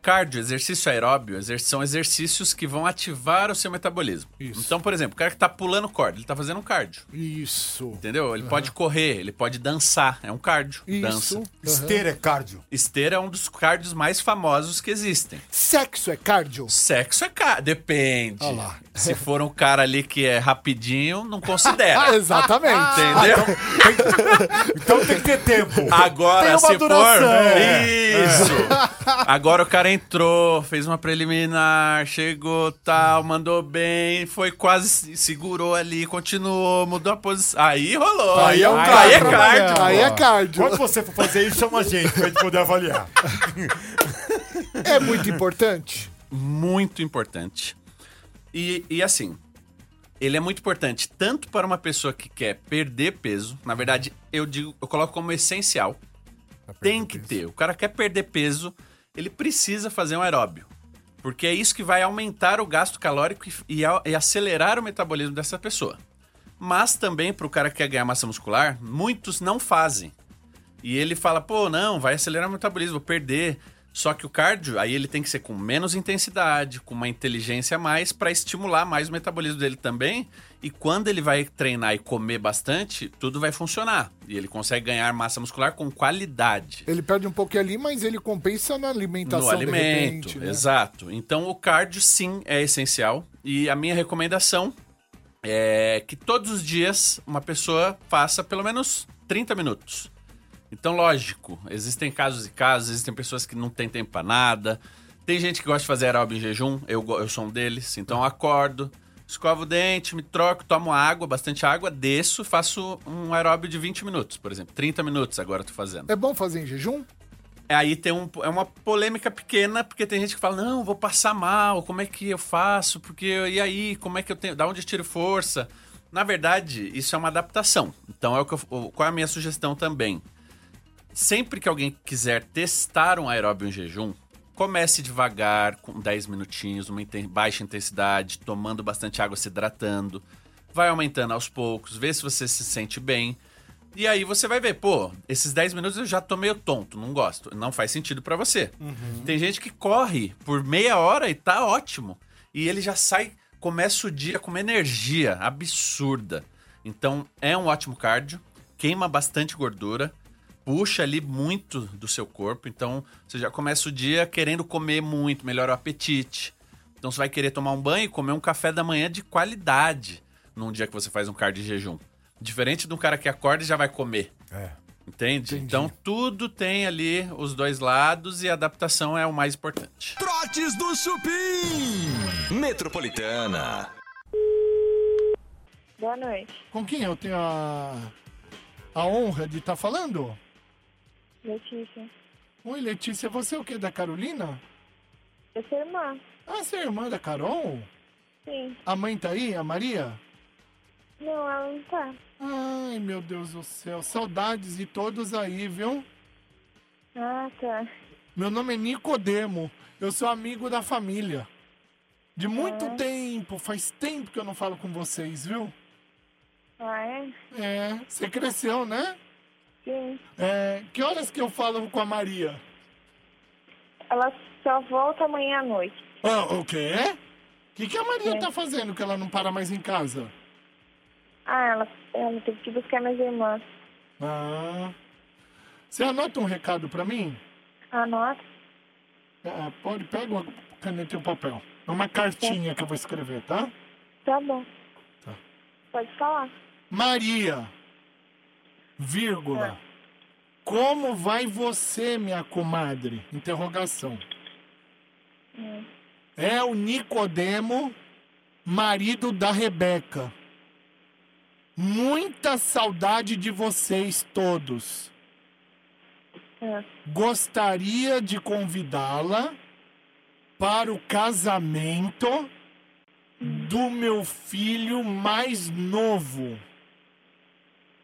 K: Cardio, exercício aeróbio, exer- são exercícios que vão ativar o seu metabolismo.
C: Isso.
K: Então, por exemplo, o cara que tá pulando corda, ele tá fazendo um cardio,
C: isso.
K: entendeu? Ele pode correr, ele pode dançar, é um cardio,
C: Isso.
K: dança.
C: Esteira.
D: Esteira é cardio.
K: Esteira é um dos cardios mais famosos que existem.
C: Sexo é cardio?
K: Sexo é caro. Depende.
C: Ah lá.
K: Se for um cara ali que é rapidinho, não considera.
C: Ah, [laughs]
K: Ah,
C: Exatamente. Ah,
K: entendeu?
D: Então tem que ter tempo.
K: Agora,
I: Tem uma
K: se for.
I: duração.
K: Isso! Agora o cara entrou, fez uma preliminar, chegou, tal, mandou bem, foi quase, se- segurou ali, continuou, mudou a posição. Aí rolou.
D: Aí é um
K: Aí é
D: cardio.
K: cardio.
C: Ah, Aí é
D: [laughs]
C: cardio.
D: Quando você for fazer isso, chama a gente pra gente poder avaliar.
C: É muito importante.
K: muito importante. E, e assim, ele é muito importante tanto para uma pessoa que quer perder peso, na verdade, eu digo, eu coloco como essencial. Tem que ter. O cara quer perder peso, ele precisa fazer um aeróbio. Porque é isso que vai aumentar o gasto calórico e, e a- e acelerar o metabolismo dessa pessoa. Mas também para o cara que quer ganhar massa muscular, muitos não fazem. E ele fala, pô, não, vai acelerar o metabolismo, vou perder. Só que o cardio, aí ele tem que ser com menos intensidade, com uma inteligência a mais, para estimular mais o metabolismo dele também. E quando ele vai treinar e comer bastante, tudo vai funcionar. E ele consegue ganhar massa muscular com qualidade.
L: Ele perde um pouquinho ali, mas ele compensa na alimentação
K: No alimento,
L: de repente. né?
K: exato. Então o cardio sim é essencial e a minha recomendação é que todos os dias uma pessoa faça pelo menos 30 minutos. Então, lógico, existem casos e casos, existem pessoas que não têm tempo pra nada. Tem gente que gosta de fazer aeróbio em jejum, eu, go- eu sou um deles. Então, eu acordo, escovo o dente, me troco, tomo água, bastante água, desço e faço um aeróbio de 20 minutos, por exemplo. 30 minutos agora eu tô fazendo.
L: É bom fazer em jejum?
K: Aí tem um, é uma polêmica pequena, porque tem gente que fala, não, vou passar mal, como é que eu faço? Porque e aí, como é que eu tenho, da onde eu tiro força? Na verdade, isso é uma adaptação. Então é o que eu, o- qual é a minha sugestão também? Sempre que alguém quiser testar um aeróbio em jejum, comece devagar, com 10 minutinhos, uma inten- baixa intensidade, tomando bastante água, se hidratando. Vai aumentando aos poucos, vê se você se sente bem. E aí você vai ver, pô, esses 10 minutos eu já tô meio tonto, não gosto. Não faz sentido pra você. Tem gente que corre por meia hora e tá ótimo. E ele já sai, começa o dia com uma energia absurda. Então é um ótimo cardio, queima bastante gordura, puxa ali muito do seu corpo. Então você já começa o dia querendo comer muito, melhora o apetite. Então você vai querer tomar um banho e comer um café da manhã de qualidade num dia que você faz um cardio de jejum. Diferente de um cara que acorda e já vai comer.
M: É.
K: Entende? Então tudo tem ali os dois lados e a adaptação é o mais importante.
A: Trotes do Chupim. Metropolitana.
N: Boa noite.
C: Com quem eu tenho a, a honra de estar falando?
N: Letícia.
C: Oi, Letícia, você é o que da Carolina?
N: Eu sou É irmã.
C: Ah, você é irmã da Carol?
N: Sim.
C: A mãe tá aí, a Maria?
N: Não, ela não tá.
C: Ai, meu Deus do céu. Saudades de todos aí, viu?
N: Ah, tá.
C: Meu nome é Nicodemo. Eu sou amigo da família. De muito
N: É.
C: tempo, faz tempo que eu não falo com vocês, viu?
N: Ah, é?
C: É, você cresceu, né?
N: Sim.
C: É, que horas que eu falo com a Maria?
N: Ela só volta amanhã à noite.
C: Ah, o quê? O que, que a Maria tá fazendo que ela não para mais em casa?
N: Ah, ela, ela teve que buscar minhas irmãs.
C: Ah. Você anota um recado pra mim?
N: Anota.
C: Ah, pode, pega uma caneta e um papel. É uma cartinha que eu vou escrever, tá?
N: Tá bom.
C: Tá.
N: Pode falar.
C: Maria, vírgula, como vai você, minha comadre? Interrogação.
N: Hum.
C: É o Nicodemo, marido da Rebeca. Muita saudade de vocês todos. Gostaria de convidá-la para o casamento do meu filho mais novo,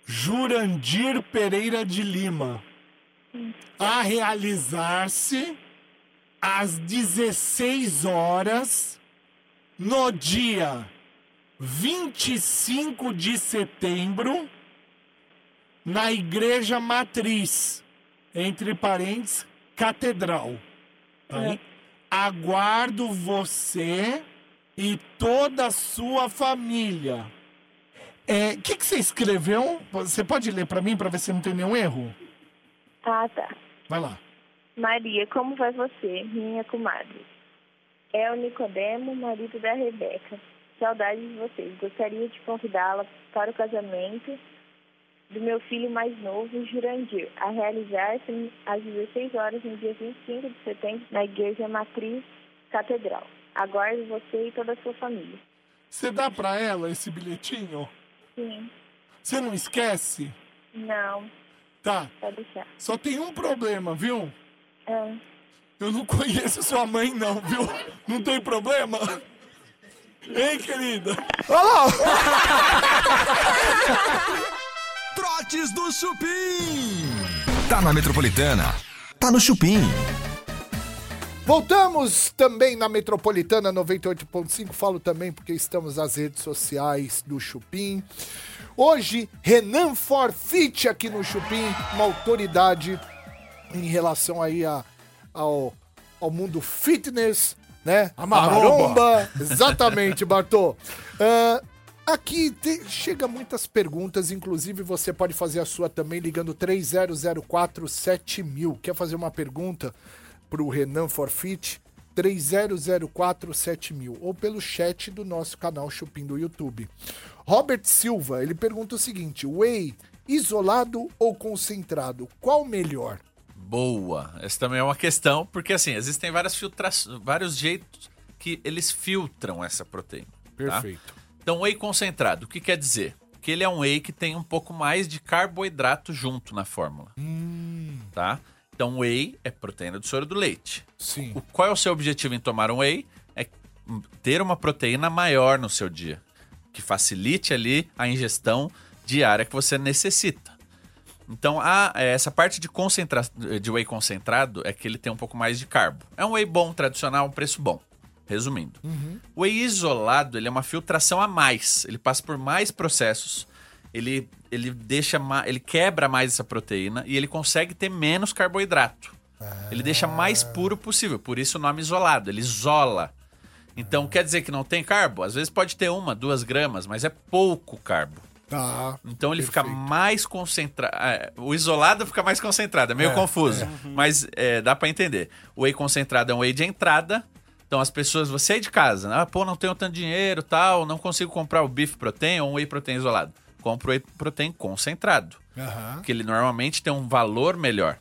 C: Jurandir Pereira de Lima, a realizar-se às 16 horas no dia 25 de setembro na Igreja Matriz, entre parênteses, Catedral. Tá aí? Aguardo você e toda a sua família. O É, que, que você escreveu? Você pode ler pra mim, pra ver se não tem nenhum erro?
N: Ah, tá.
C: Vai lá.
N: Maria, como vai você, minha comadre? É o Nicodemo, marido da Rebeca. Saudade de vocês. Gostaria de convidá-la para o casamento do meu filho mais novo, Jurandir, a realizar-se às 16 horas no dia 25 de setembro na Igreja Matriz Catedral. Aguardo você e toda a sua família.
C: Você dá pra ela esse bilhetinho?
N: Sim.
C: Você não esquece?
N: Não,
C: Tá.
N: pode deixar.
C: Só tem um problema, viu?
N: É.
C: Eu não conheço sua mãe, não, viu? Não tem problema?
H: Hein, querida?
C: Olha lá!
A: Trotes do Chupim. Tá na Metropolitana. Tá no Chupim.
C: Voltamos também na Metropolitana 98.5. Falo também porque estamos nas redes sociais do Chupim. Hoje, Renan Forfit aqui no Chupim, uma autoridade em relação aí a- ao, ao mundo fitness, né? A
D: maromba.
C: Exatamente, Bartô. Ah, aqui te- chega muitas perguntas, inclusive você pode fazer a sua também ligando 30047000. Quer fazer uma pergunta pro Renan Forfit? 30047000 ou pelo chat do nosso canal Chupim do YouTube. Robert Silva, ele pergunta o seguinte: Whey isolado ou concentrado? Qual melhor?
K: Boa. Essa também é uma questão, porque assim, existem várias filtrações, vários jeitos que eles filtram essa proteína. tá?
C: Perfeito.
K: Então, whey concentrado, o que quer dizer? Que ele é um whey que tem um pouco mais de carboidrato junto na fórmula, tá? Então, whey é proteína do soro do leite.
C: Sim.
K: O, qual é o seu objetivo em tomar um whey? É ter uma proteína maior no seu dia, que facilite ali a ingestão diária que você necessita. Então, a- é, essa parte de, concentra de whey concentrado é que ele tem um pouco mais de carbo. É um whey bom, tradicional, um preço bom. Resumindo. O whey isolado, ele é uma filtração a mais. Ele passa por mais processos. Ele, ele deixa ma- ele quebra mais essa proteína e ele consegue ter menos carboidrato. Ele deixa mais puro possível, por isso o nome isolado, ele isola. Então quer dizer que não tem carbo? Às vezes pode ter uma, duas gramas, mas é pouco carbo.
C: Tá.
K: Então ele fica mais concentrado. O isolado fica mais concentrado, é meio
O: É,
K: confuso.
O: é.
K: Mas é, dá pra entender. O whey concentrado é um whey de entrada. Então as pessoas, você é de casa, né? Ah, pô, não tenho tanto dinheiro tal, não consigo comprar o bife protein ou um whey protein isolado. Compra o whey protein concentrado.
C: Aham.
K: Porque ele normalmente tem um valor melhor.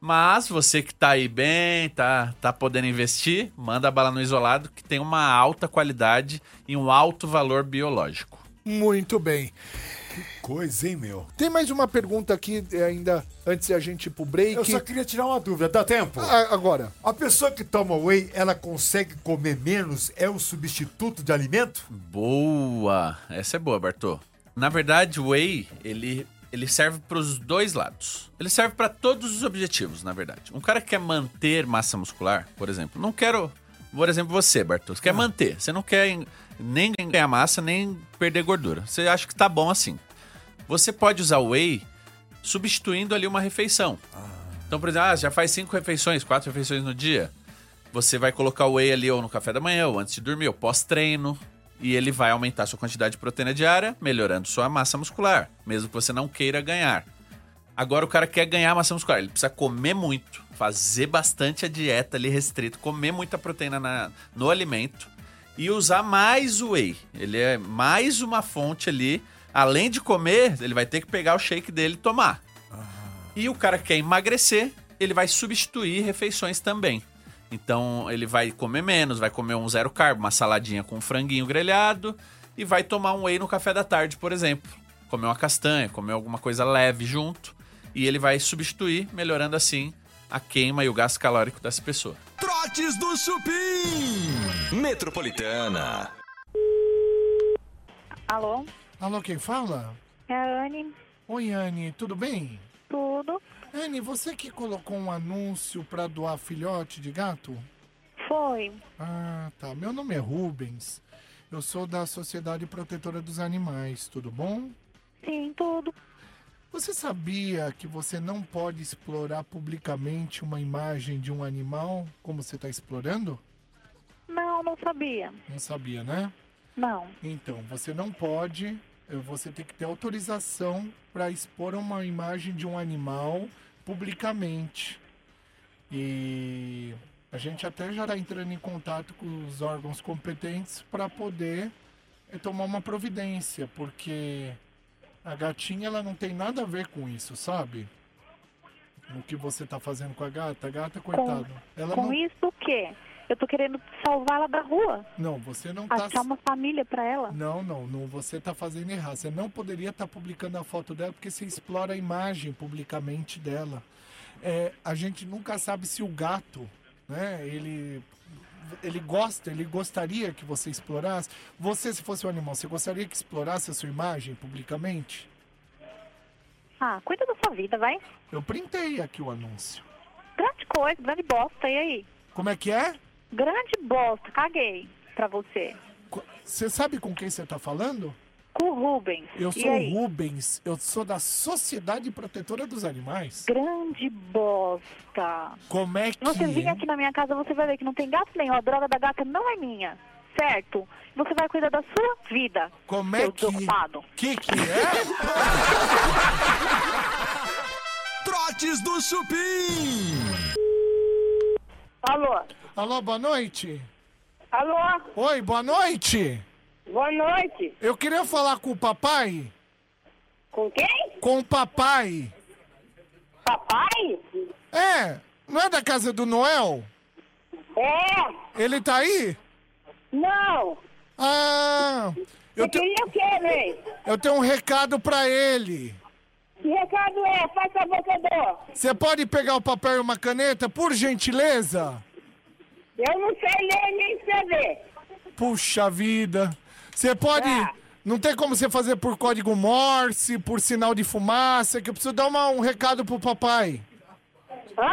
K: Mas você que tá aí bem, tá, tá podendo investir, manda a bala no isolado que tem uma alta qualidade e um alto valor biológico.
C: Muito bem.
D: Coisa, hein, meu?
C: Tem mais uma pergunta aqui eh, ainda antes da gente ir pro break.
D: Eu só queria tirar uma dúvida, dá tempo?
C: Ah, agora.
D: A pessoa que toma whey, ela consegue comer menos? É um substituto de alimento?
K: Boa! Essa é boa, Bartô. Na verdade, o Whey, ele, ele serve para os dois lados. Ele serve para todos os objetivos, na verdade. Um cara que quer manter massa muscular, por exemplo, não quero... Por exemplo, você, Bartô, você quer manter. Você não quer en- nem ganhar massa, nem perder gordura. Você acha que tá bom assim. Você pode usar o Whey substituindo ali uma refeição. Então, por exemplo, ah, já faz cinco refeições, quatro refeições no dia. Você vai colocar o whey ali ou no café da manhã, ou antes de dormir, ou pós-treino. E ele vai aumentar sua quantidade de proteína diária, melhorando sua massa muscular, mesmo que você não queira ganhar. Agora o cara quer ganhar massa muscular, ele precisa comer muito, fazer bastante a dieta ali restrita, comer muita proteína na- no alimento e usar mais o whey. Ele é mais uma fonte ali. Além de comer, ele vai ter que pegar o shake dele e tomar. E o cara que quer emagrecer, ele vai substituir refeições também. Então ele vai comer menos, vai comer um zero carbo, uma saladinha com um franguinho grelhado e vai tomar um whey no café da tarde, por exemplo. Comer uma castanha, comer alguma coisa leve junto e ele vai substituir, melhorando assim a queima e o gasto calórico dessa pessoa.
A: Trotes do Chupim. Metropolitana.
N: Alô?
C: Alô, quem fala?
N: É a Anne.
C: Oi, Anne, tudo bem?
N: Tudo.
C: Anne, você que colocou um anúncio pra doar filhote de gato?
N: Foi.
C: Ah, tá. Meu nome é Rubens. Eu sou da Sociedade Protetora dos Animais, tudo bom?
N: Sim, tudo.
C: Você sabia que você não pode explorar publicamente uma imagem de um animal como você está explorando?
N: Não, não sabia.
C: Não sabia, né?
N: Não.
C: Então, você não pode, eh, você tem que ter autorização para expor uma imagem de um animal publicamente. E a gente até já está entrando em contato com os órgãos competentes para poder eh, tomar uma providência, porque a gatinha ela não tem nada a ver com isso, sabe? O que você está fazendo com a gata? A gata, coitada. Ela
N: Com
C: não...
N: isso o quê? Eu tô querendo salvá-la da rua.
C: não, você não tá está
N: Achar é uma família pra ela.
C: Não, não, não, você tá fazendo errado. Você não poderia estar publicando a foto dela porque você explora a imagem publicamente dela. É, a gente nunca sabe se o gato, né, ele ele gosta, ele gostaria que você explorasse. Você, se fosse um animal, você gostaria que explorasse a sua imagem publicamente?
N: Ah, cuida da sua vida, vai.
C: Eu printei aqui o anúncio.
N: Grande coisa, grande bosta, e aí?
C: Como é que é?
N: Grande bosta, caguei pra você.
C: Você sabe com quem você tá falando?
N: Com o Rubens.
C: Eu
N: E
C: sou
N: aí?
C: o Rubens, eu sou da Sociedade Protetora dos Animais.
N: Grande bosta.
C: Como é que.
N: Se você vir
C: é?
N: aqui na minha casa, você vai ver que não tem gato nenhum. A droga da gata não é minha, certo? Você vai cuidar da sua vida.
C: Como é que. Que que é? [laughs]
B: Trotes do Chupim.
C: Alô? Alô, boa noite.
H: Alô?
C: Oi, boa noite.
H: Boa noite.
C: Eu queria falar com o papai.
H: Com quem?
C: Com o papai.
H: Papai?
C: É, não é da casa do Noel?
H: É.
C: Ele tá aí?
H: Não.
C: Ah, eu tenho...
H: queria o quê, velho?
C: Eu tenho um recado pra ele.
H: Que recado é? Faz favor que eu dou.
C: Você pode pegar o papel e uma caneta, por gentileza?
H: Eu não sei ler nem escrever.
C: Puxa vida. Você pode. Não tem como você fazer por código Morse, por sinal de fumaça, que eu preciso dar uma- um recado pro papai.
H: Hã?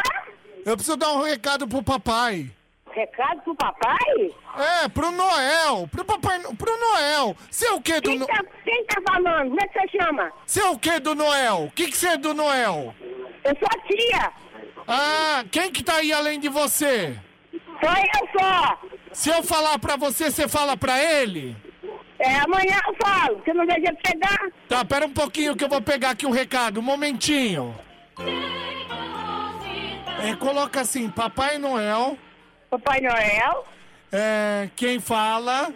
C: Eu preciso dar um recado pro papai.
H: Recado pro papai?
C: É, pro Noel. Pro papai. No- Pro Noel. Você é o quê do
H: Quem,
C: Noel?
G: Então-
H: tá, quem tá falando? Como é que você chama?
C: Você é o quê do Noel? O que que você é do Noel?
H: Eu sou a tia.
C: Ah, quem que tá aí além de você?
H: Só eu só.
C: Se eu falar pra você, você fala pra ele?
H: É, amanhã eu falo. Você não deixa pegar?
C: Tá, pera um pouquinho que eu vou pegar aqui o recado. Um momentinho. É, coloca assim, Papai Noel.
H: Papai Noel.
C: É, quem fala?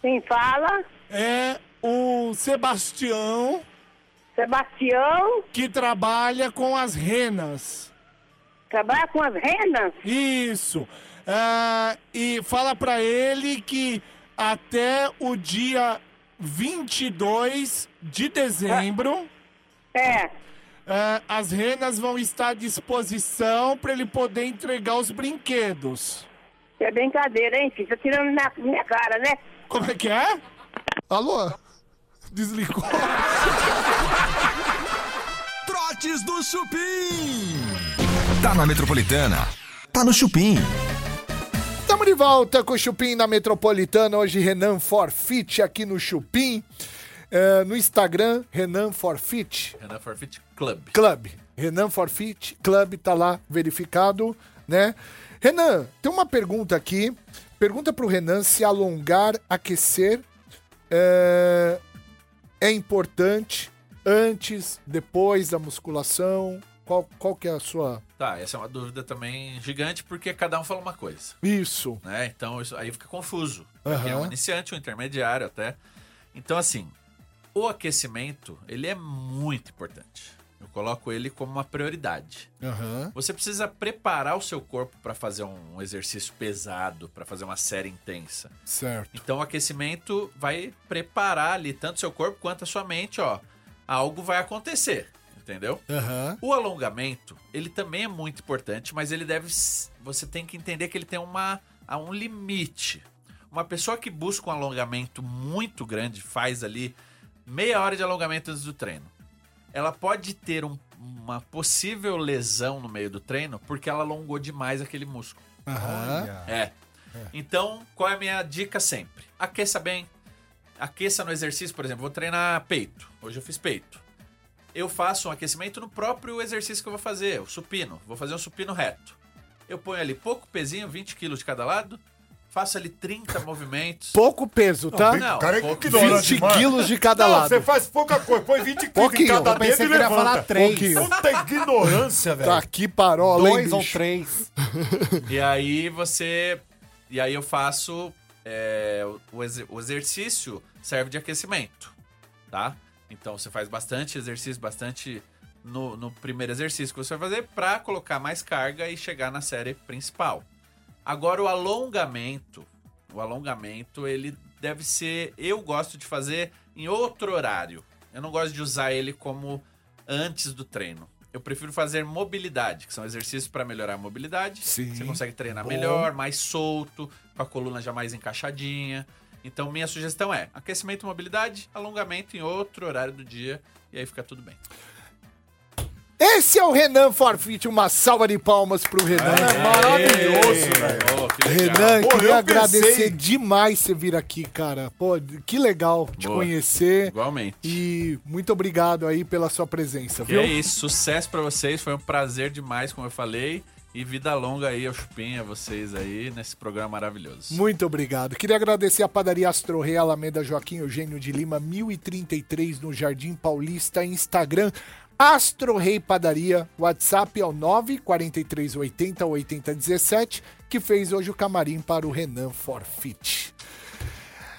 H: Quem fala?
C: É o Sebastião.
H: Sebastião.
C: Que trabalha com as renas.
H: Trabalha com as renas?
C: Isso. É, e fala pra ele que até o dia 22 de dezembro.
H: É.
C: as renas vão estar à disposição pra ele poder entregar os brinquedos.
H: É brincadeira, hein, filho? Tá tirando na minha cara, né?
C: Como é que é? Alô? Desligou.
B: Trotes do Chupim. Tá na Metropolitana. Tá no Chupim.
A: Estamos de volta com o Chupim na Metropolitana. Hoje, Renan Forfit aqui no Chupim. É, no Instagram, Renan Forfit
K: Renan É Forfeit Club.
A: Club. Renan Forfit Club tá lá verificado, né? Renan, tem uma pergunta aqui. Pergunta pro Renan se alongar, aquecer é, é importante antes, depois da musculação. Qual, qual que é a sua.
K: Tá, essa é uma dúvida também gigante, porque cada um fala uma coisa.
A: Isso.
K: né? Então isso aí fica confuso.
A: Aham.
K: Porque é um iniciante, um intermediário até. Então, assim, o aquecimento, ele é muito importante. Eu coloco ele como uma prioridade.
A: Aham.
K: Você precisa preparar o seu corpo para fazer um exercício pesado, para fazer uma série intensa.
A: Certo.
K: Então, o aquecimento vai preparar ali tanto seu corpo quanto a sua mente, ó. Algo vai acontecer, entendeu?
A: Aham.
K: O alongamento, ele também é muito importante, mas ele deve. s- Você tem que entender que ele tem uma, há um limite. Uma pessoa que busca um alongamento muito grande, faz ali meia hora de alongamento antes do treino. Ela pode ter um- uma possível lesão no meio do treino porque ela alongou demais aquele músculo.
A: Aham.
K: É. Então, qual é a minha dica sempre? Aqueça bem. Aqueça no exercício, por exemplo, vou treinar peito. Hoje eu fiz peito. Eu faço um aquecimento no próprio exercício que eu vou fazer, o supino. Vou fazer um supino reto. Eu ponho ali pouco pezinho, 20 quilos de cada lado. Faço ali 30 movimentos.
A: Pouco peso, tá?
K: Não, pouco peso.
A: 20 quilos de cada
K: Não,
A: lado.
K: você
D: faz pouca coisa, põe 20
K: quilos em cada
A: eu pensei
K: dedo e
A: que ele ia
K: levanta.
A: falar três.
K: Pouquinho.
D: Puta ignorância, velho.
A: Tá aqui, parola, hein,
D: Dois ou
A: bicho?
P: três.
K: E aí você. E aí eu faço. é, o, ex- o exercício serve de aquecimento, tá? Então você faz bastante exercício, bastante no, no primeiro exercício que você vai fazer pra colocar mais carga e chegar na série principal. Agora o alongamento. O alongamento ele deve ser. Eu gosto de fazer em outro horário. Eu não gosto de usar ele como antes do treino. Eu prefiro fazer mobilidade, que são exercícios para melhorar a mobilidade.
C: Sim.
K: Você consegue treinar
C: Bom.
K: melhor, mais solto, com a coluna já mais encaixadinha. Então, minha sugestão é aquecimento e mobilidade, alongamento em outro horário do dia, e aí fica tudo bem.
C: Esse é o Renan Forfit, uma salva de palmas pro Renan.
D: Maravilhoso,
K: velho.
C: Renan,
D: É. Pô, eu
C: queria
D: pensei-
C: agradecer demais você vir aqui, cara. Pô, que legal te
K: Boa.
C: conhecer.
K: Igualmente.
C: E muito obrigado aí pela sua presença,
K: E
C: viu?
K: é isso, sucesso pra vocês, foi um prazer demais, como eu falei. E vida longa aí, ao Chupim, a vocês aí, nesse programa maravilhoso.
C: Muito obrigado. Queria agradecer a padaria Astro Rei Alameda Joaquim Eugênio de Lima, 1033, no Jardim Paulista, Instagram. Astro Rei Padaria, WhatsApp é o 94380 8017, que fez hoje o camarim para o Renan Forfit.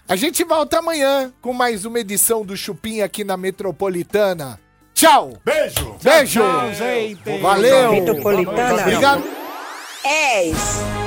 C: A gente volta amanhã com mais uma edição do Chupim aqui na Metropolitana. Tchau! Beijo! Beijo!
Q: Tchau, gente.
C: Valeu!
Q: Metropolitana.
C: Obrigado!
Q: És.